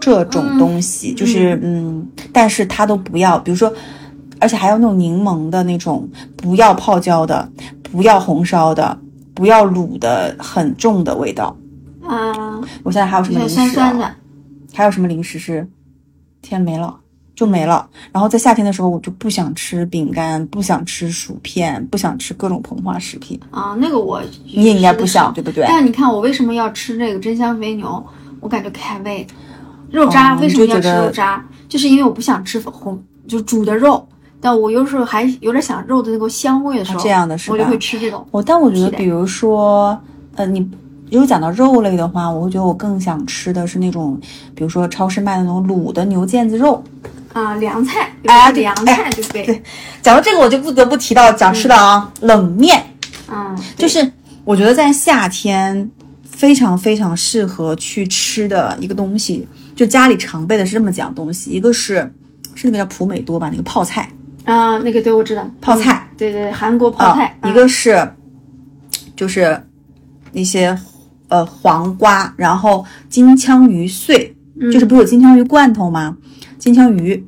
这种东西，就是嗯，但是它都不要，比如说，而且还有那种柠檬的那种，不要泡椒的，不要红烧的，不要卤的很重的味道。
啊，
我现在还有什
有
么
点酸
零食、啊？
酸的。
还有什么零食是天没了就没了？然后在夏天的时候，我就不想吃饼干，不想吃薯片，不想吃各种膨化食品。
啊，那个我
你也应该不想，
想，
对不对？
但是你看我为什么要吃这个真香肥牛？我感觉开胃。肉
哦
渣
你
为什么
就
要吃
觉得
肉渣？就是因为我不想吃红就煮的肉，但我有时候还有点想肉的那个香味的时候，
啊这样的是
我就
吧
会吃这种。
我但我觉得，
是的
比如说，呃，你如果讲到肉类的话，我会觉得我更想吃的是那种，比如说超市卖的那种卤的牛腱子肉。
啊，凉菜，
哎
有时候凉
哎
菜对不对？
对讲到这个，我就不得不提到讲吃的啊，冷面，
嗯，对
就是我觉得在夏天非常非常适合去吃的一个东西，就家里常备的是这么几样东西，一个是是那个叫普美多吧，那个泡菜，
啊，那个对我知道，
泡菜
嗯，对对对，韩国泡菜，
啊，
嗯
一个是就是一些呃黄瓜，然后金枪鱼碎，
嗯
就是不是有金枪鱼罐头吗？金枪鱼，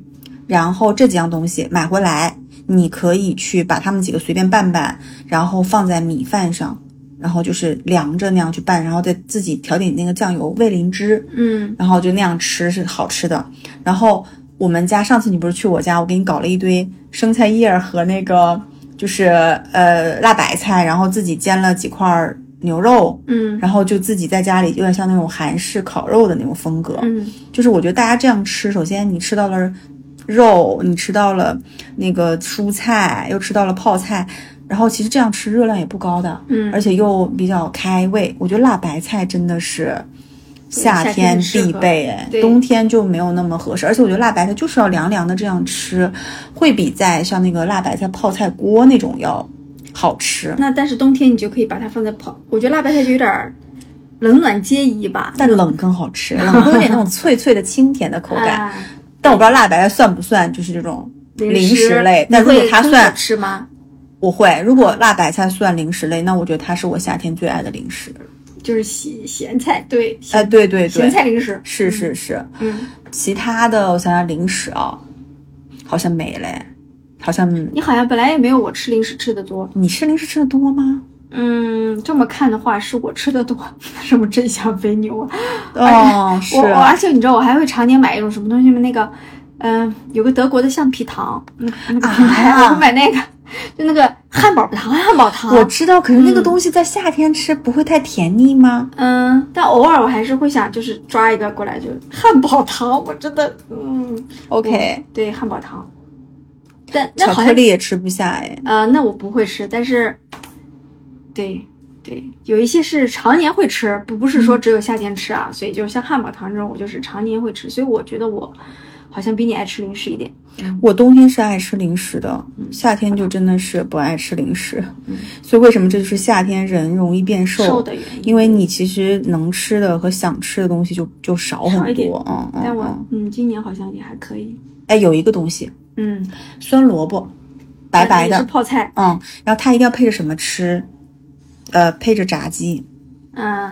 然后这几样东西买回来，你可以去把它们几个随便拌拌，然后放在米饭上。然后就是凉着那样去拌，然后再自己调点那个酱油、味淋汁，
嗯
然后就那样吃是好吃的。然后我们家上次你不是去我家，我给你搞了一堆生菜叶儿和那个就是呃辣白菜，然后自己煎了几块儿牛肉，
嗯
然后就自己在家里有点像那种韩式烤肉的那种风格。
嗯
就是我觉得大家这样吃，首先你吃到了肉，你吃到了那个蔬菜，又吃到了泡菜，然后其实这样吃热量也不高的，
嗯
而且又比较开胃。我觉得辣白菜真的是夏
夏天适合
必备，哎，
对
冬天就没有那么合适。而且我觉得辣白菜就是要凉凉的这样吃，会比在像那个辣白菜泡菜锅那种要好吃。
那但是冬天你就可以把它放在泡，我觉得辣白菜就有点儿冷暖皆宜吧，
但冷更好 吃，冷会有点那种脆脆的、清甜的口感。
啊
但我不知道辣白菜算不算就是这种零食
食
类。
你
但如果
会
它
空
算
口，吃吗？
我会。如果辣白菜算零食类，那我觉得它是我夏天最爱的零食。
就是咸咸菜，对，咸
哎，对对
咸
对，
菜零食，
是是是。
嗯，
其他的我想想，零食啊，好像没嘞，好像
你好像本来也没有我吃零食吃的多，
你吃零食吃的多吗？
嗯，这么看的话是我吃的多， 什么真香肥牛啊，
哦，是
我我啊而且你知道我还会常年买一种什么东西吗？那个，嗯、有个德国的橡皮糖，嗯那个品牌
啊
我会买那个，就那个汉堡糖，汉堡糖，
我知道，可是那个
嗯
东西在夏天吃不会太甜腻吗？
嗯，但偶尔我还是会想，就是抓一个过来就汉堡糖，我真的，嗯，
OK，
对，汉堡糖，但那
巧
好
克
像
力也吃不下哎。
呃，那我不会吃，但是，对对，有一些是常年会吃，不不是说
嗯
只有夏天吃啊，所以就像汉堡糖这种，我就是常年会吃，所以我觉得我好像比你爱吃零食一点。
我冬天是爱吃零食的，夏天就真的是不爱吃零食。所以为什么这就是夏天人容易变瘦？
嗯瘦的原因
因为你其实能吃的和想吃的东西就就少
少
很
一点
多。嗯嗯
但我
嗯。
嗯，今年好像也还可以，
哎，有一个东西，
嗯，
酸萝卜，白白
也是
的，
泡菜，
嗯，然后它一定要配着什么吃？呃，配着炸鸡。
嗯，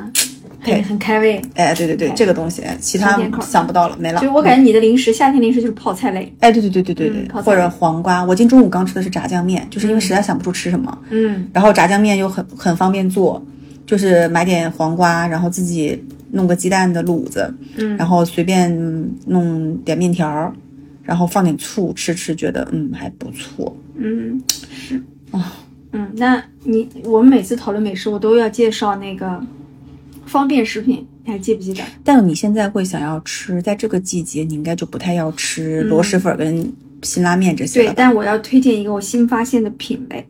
对
很很开胃。
哎，对对对，这个东西，其他
甜口
想不到了，没了。嗯
就我感觉你的零食，夏天零食就是泡菜类，
哎，对对对对对对，
嗯泡菜
或者黄瓜。我今中午刚吃的是炸酱面，就是因为实在想不出吃什么，
嗯，
然后炸酱面又很很方便做，就是买点黄瓜，然后自己弄个鸡蛋的卤子，
嗯
然后随便弄点面条儿，然后放点醋吃吃，觉得嗯还不错。
嗯，是啊，嗯，那你我们每次讨论美食，我都要介绍那个方便食品，你还记不记得？
但你现在会想要吃，在这个季节你应该就不太要吃螺蛳粉跟辛拉面这
嗯
些
对
了，吧？
但我要推荐一个我新发现的品类，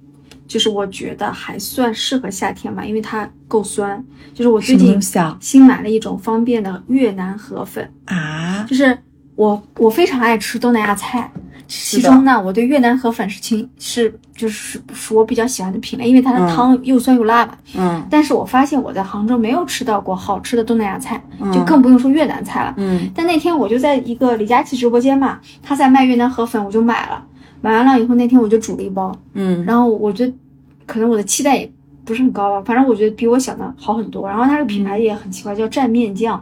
就是我觉得还算适合夏天吧，因为它够酸。就是我
什
最
么
近
东西啊？
新买了一种方便的越南河粉，
啊，
就是我我非常爱吃东南亚菜，其
的
中呢，我对越南河粉是情是就是属我比较喜欢的品类，因为它的
嗯
汤又酸又辣嘛。
嗯
但是我发现我在杭州没有吃到过好吃的东南亚菜，
嗯
就更不用说越南菜了。
嗯
但那天我就在一个李佳琦直播间嘛，他在卖越南河粉，我就买了。买完了以后，那天我就煮了一包，
嗯
然后我觉得可能我的期待也不是很高吧，反正我觉得比我想的好很多。然后它这个品牌也很奇怪，叫蘸面酱，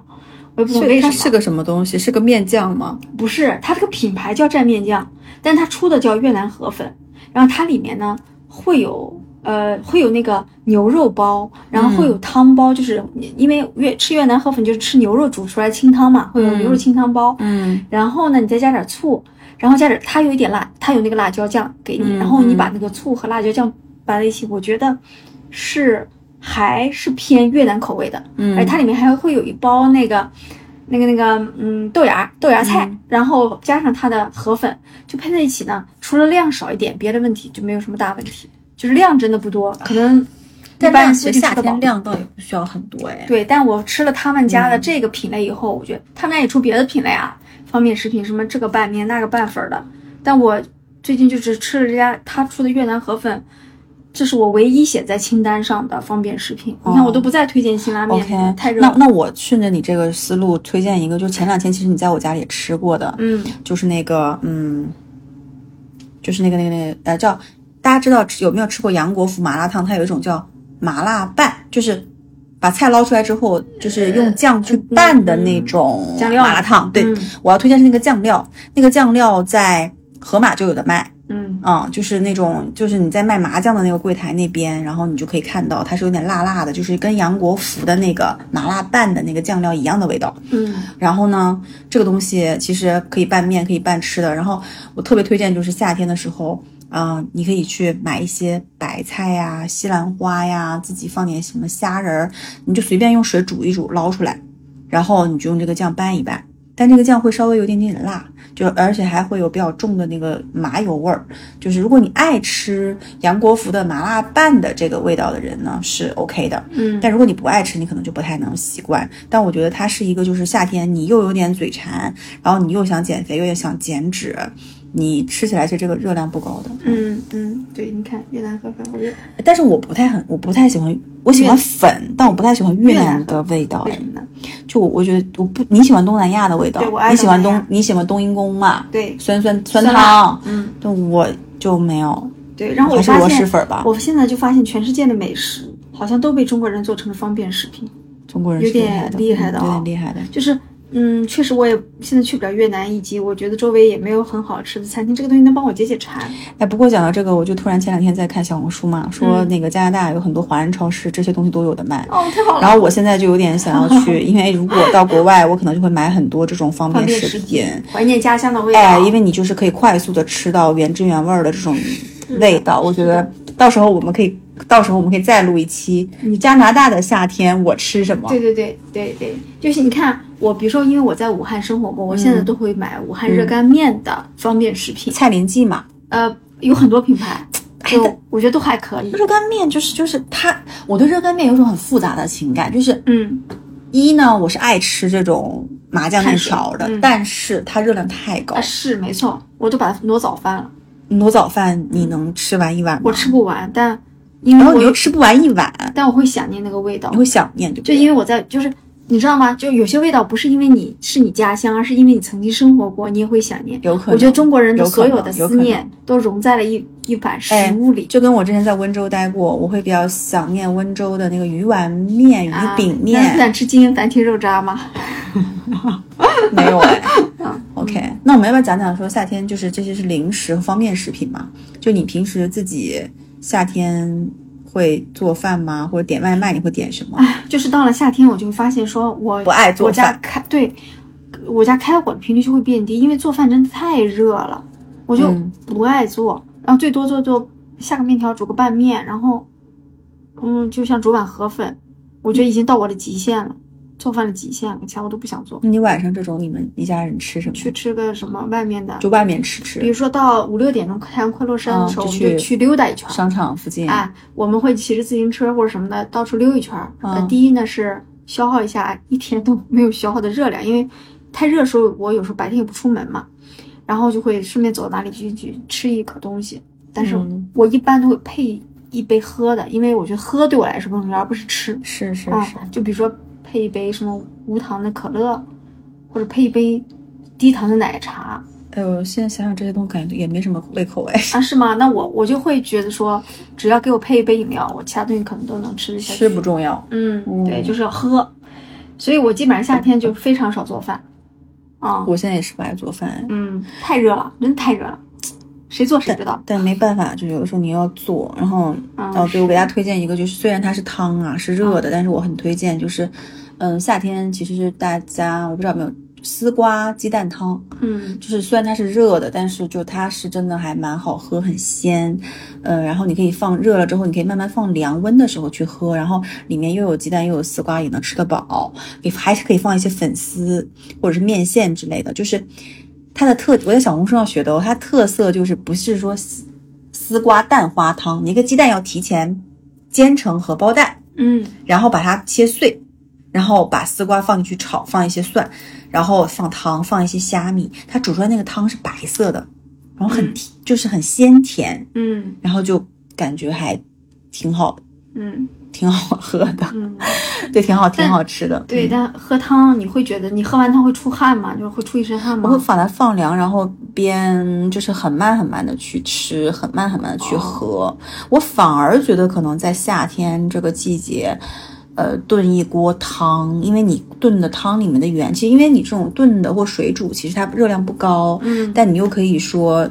我也不懂
是
为什
它
么。
是个什么东西？是个面酱吗？
不是，它这个品牌叫蘸面酱，但它出的叫越南河粉。然后它里面呢会有呃会有那个牛肉包，然后会
嗯
有汤包，就是你因为越吃越南河粉就是吃牛肉煮出来清汤嘛，会有牛肉清汤包。
嗯
然后呢，你再加点醋，然后加点它有一点辣，它有那个辣椒酱给你，
嗯
然后你把那个醋和辣椒酱拌在一起，我觉得是还是偏越南口味的。而
嗯
哎它里面还会有一包那个。那个那个，嗯，豆芽豆芽菜，
嗯
然后加上它的河粉，就配在一起呢。除了量少一点，别的问题就没有什么大问题，就是量真的不多，可能一
啊但
般
量
人
其
不一
实
定
夏
吃得饱
天。量倒嗯也不需要很多哎。
对，但我吃了他们家的这个品类以后，我觉得他们家也出别的品类啊，方便食品什么这个拌面那个拌粉儿的。但我最近就只吃了这家他出的越南河粉，这是我唯一写在清单上的方便食品。你看，我都不再推荐辛拉面
哦 OK，
太热
那
了。
那我顺着你这个思路推荐一个，就前两天其实你在我家里也吃过的，
嗯
就是那个嗯，就是那个那个那个呃叫大家知道有没有吃过杨国福麻辣烫？它有一种叫麻辣拌，就是把菜捞出来之后，就是用酱去拌的那种
呃嗯酱料
麻辣烫。对，
嗯
我要推荐是那个酱料，那个酱料在盒马就有的卖。
嗯
嗯，就是那种，就是你在卖麻酱的那个柜台那边，然后你就可以看到它是有点辣辣的，就是跟杨国福的那个麻辣拌的那个酱料一样的味道。
嗯
然后呢，这个东西其实可以拌面，可以拌吃的。然后我特别推荐，就是夏天的时候，啊、你可以去买一些白菜呀、西兰花呀，自己放点什么虾仁儿，你就随便用水煮一煮，捞出来，然后你就用这个酱拌一拌。但这个酱会稍微有一点点辣，就而且还会有比较重的那个麻油味儿。就是如果你爱吃杨国福的麻辣拌的这个味道的人呢，是 OK 的。
嗯
但如果你不爱吃，你可能就不太能习惯。但我觉得它是一个，就是夏天你又有点嘴馋，然后你又想减肥，又想减脂，你吃起来是这个热量不高的。
嗯嗯，对，你看越南河粉，我觉得
但是我不太很，我不太喜欢，我喜欢粉，但我不太喜欢越南的味道
为。什么呢？
就我我觉得我不，你喜欢东南亚的味道，
对我爱
你喜欢
东南亚，
东你喜欢冬阴功嘛？
对
酸酸酸
酸辣
汤，
嗯，
但我就没有，
对，然后
还
我
是
发
螺蛳
现，
粉吧。
我现在就发现全世界的美食好像都被中国人做成了方便食品，
中国人
有
是厉
点
害的，
厉害的
嗯有
哦
点厉害的。
就是。嗯，确实，我也现在去不了越南，以及我觉得周围也没有很好吃的餐厅，这个东西能帮我解解馋。
哎，不过讲到这个，我就突然前两天在看小红书嘛，说
嗯
那个加拿大有很多华人超市，这些东西都有的卖。
哦，太好
然！后我现在就有点想要去，因为如果到国外，我可能就会买很多这种方
方
便
便
食
食
品。
怀念家乡的味道。
哎，因为你就是可以快速的吃到原汁原味儿的这种味道，我觉得到时候我们可以，到时候我们可以再录一期加拿大的夏天我吃什么。
对对对对对，就是你看我，比如说，因为我在武汉生活过，我现
嗯
在都会买武汉热干面的方便食品，
蔡林记嘛，
呃，有很多品牌，就我觉得都还可以。
热干面就是就是它，我对热干面有一种很复杂的情感，就是
嗯，
一呢，我是爱吃这种麻酱面条的，
碳水嗯
但是它热量太高
啊，，是没错，我都把它挪早饭
啊
了，
挪早饭你能吃完一碗吗？
我吃不完，但因
然后
为
你又
我
吃不完一碗，
但我会想念那个味道
你，会想念，对不
就
对？
因为我在就是你知道吗？就有些味道不是因为你是你家乡，而是因为你曾经生活过，你也会想念。
有可能
我觉得中国人的
有可
所
能
有的
有
思
可
念都融在了一一碗食
哎
物里。
就跟我之前在温州待过，我会比较想念温州的那个鱼丸面、鱼
啊
饼
那不
面。
敢吃金银番茄肉渣吗？
没有哎
嗯。
OK，那我们要不要讲讲说夏天就是这些是零食和方便食品嘛？就你平时自己夏天会做饭吗？或者点外卖你会点什么？
哎，就是到了夏天，我就会发现说我
不爱做
我家
饭
开对，我家开火的频率就会变低，因为做饭真的太热了，我就
嗯
不爱做，然后最多做做下个面条，煮个拌面，然后，嗯，就像煮碗河粉，我觉得已经到我的极限了，做饭的极限了，其他我都不想做，
你晚上这种你们一家人吃什么？
去吃个什么外面的，
就外面吃
比
吃，
如说到五六点钟太阳快落山的
嗯
时候，我
就
们就
去
去溜达一圈儿，
商场附近。
哎，我们会骑着自行车或者什么的到处溜一圈儿。呃，
嗯
第一呢是消耗一下一天都没有消耗的热量，因为太热的时候，我有时候白天也不出门嘛，然后就会顺便走到哪里去去吃一口东西。但是
嗯
我一般都会配一杯喝的，因为我觉得喝对我来说更重要，而不是吃。
是是
啊
是，，
就比如说配一杯什么无糖的可乐，或者配一杯低糖的奶茶
哎呦，现在想想这些东西，感觉也没什么胃口 哎。
啊，是吗？那我我就会觉得说，只要给我配一杯饮料，我其他东西可能都能吃得下去。
吃不重要，
嗯，对，
嗯
就是要喝，所以我基本上夏天就非常少做饭，啊、
我现在也是不爱做饭，
嗯，太热了，真太热了，谁做谁知道，
但没办法，就有的时候你要做。然后，
嗯
哦，对，我给大家推荐一个，就是虽然它是汤啊，是热的，但是我很推荐，就是，嗯，夏天其实是大家我不知道有没有丝瓜鸡蛋汤，
嗯
就是虽然它是热的，但是就它是真的还蛮好喝，很鲜，呃，然后你可以放热了之后，你可以慢慢放凉温的时候去喝，然后里面又有鸡蛋又有丝瓜，也能吃得饱，也还是可以放一些粉丝或者是面线之类的，就是它的特，我在小红书上学的哦，它特色就是不是说丝丝瓜蛋花汤，你一个鸡蛋要提前煎成荷包蛋，
嗯，
然后把它切碎，然后把丝瓜放进去炒，放一些蒜，然后放糖，放一些虾米。它煮出来那个汤是白色的，然后很、
嗯
甜，就是很鲜甜，
嗯
然后就感觉还挺好，
嗯
挺好喝的，
嗯，
对，挺好，
但
挺好吃的。
对，
嗯
但喝汤你会觉得你喝完汤会出汗吗？就是会出一身汗
我会
吗？
把它放凉，然后边就是很慢很慢的去吃，很慢很慢的去
哦
喝。我反而觉得可能在夏天这个季节，呃，炖一锅汤，因为你炖的汤里面的元气，因为你这种炖的或水煮，其实它热量不高，
嗯
但你又可以说。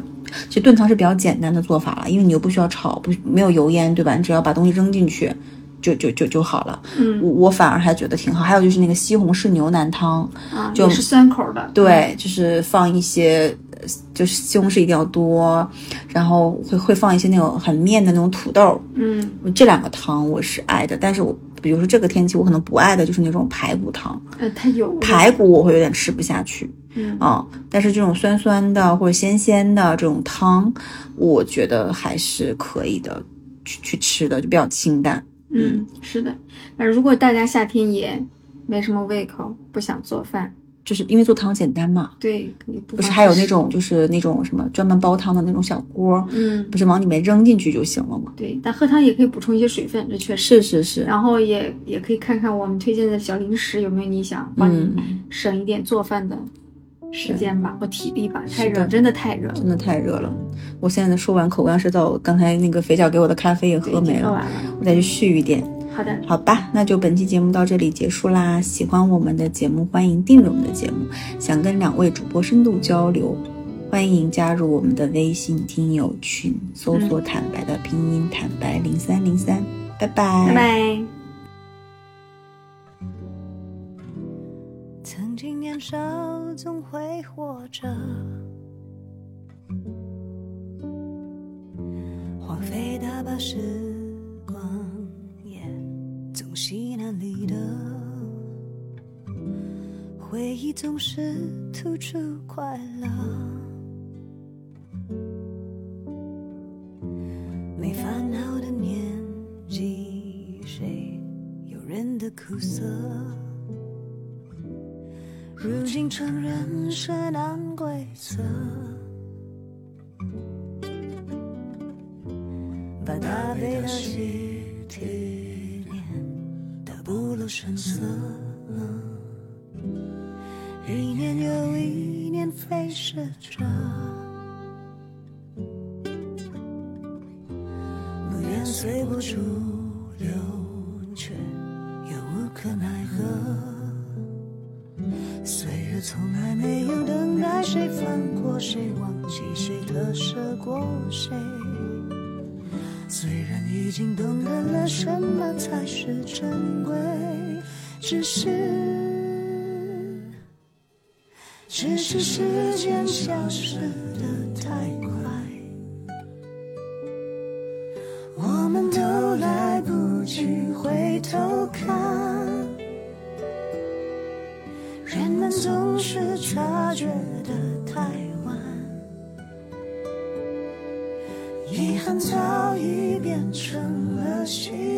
其实炖汤是比较简单的做法了，因为你又不需要炒，不没有油烟，对吧？你只要把东西扔进去，就就就就好了。
嗯
我我反而还觉得挺好。还有就是那个西红柿牛腩汤，
啊，
就
也是酸口的，
对，就是放一些，呃就是西红柿一定要多，然后会会放一些那种很面的那种土豆。
嗯，
这两个汤我是爱的，但是我比如说这个天气，我可能不爱的就是那种排骨汤，
呃，它有
排，骨我会有点吃不下去
嗯
啊、但是这种酸酸的或者鲜鲜的这种汤，我觉得还是可以的，去去吃的就比较清淡。
嗯，是的，那如果大家夏天也没什么胃口，不想做饭，
就是因为做汤简单嘛，
对，你不
不
不
是还有那，种哦就是那种什么专门煲汤的那种小锅，
嗯
不，是往里面扔进去就行了吗？
对，但喝汤也可以补充一些水分，这确实。
是是是，啊
然后也也可以看看我们推荐的小零食有没有你想帮你
嗯，
省一点做饭的时间吧或体力吧，太
是
热
的
真的太热了
真，的太热了。我现在说完口干舌燥，刚才那个肥脚给我的咖啡也
对
喝
已经
没
喝
了，
完了。
我再去续一点。
好的，
好吧，那就本期节目到这里结束啦。喜欢我们的节目，欢迎订阅我们的节目。想跟两位主播深度交流，欢迎加入我们的微信听友群，搜
嗯
索“坦白”的拼音“坦白零三零三”。拜拜
拜拜。
曾经年少总会活着，荒废大把时光，也总稀难离的。回忆总是突出快乐，没烦恼的年纪，谁有人的苦涩？如今承认是难规则，把大悲的喜体面的不露声色。一年又一年飞逝着，不愿随波逐流，却又无可奈何。岁月从来没有等待谁放过谁，忘记谁特赦过谁。虽然已经懂得了什么才是珍贵，只是只是时间消失的太快，我们都来不及回头看。人们总是察觉的太晚，遗憾早已变成了习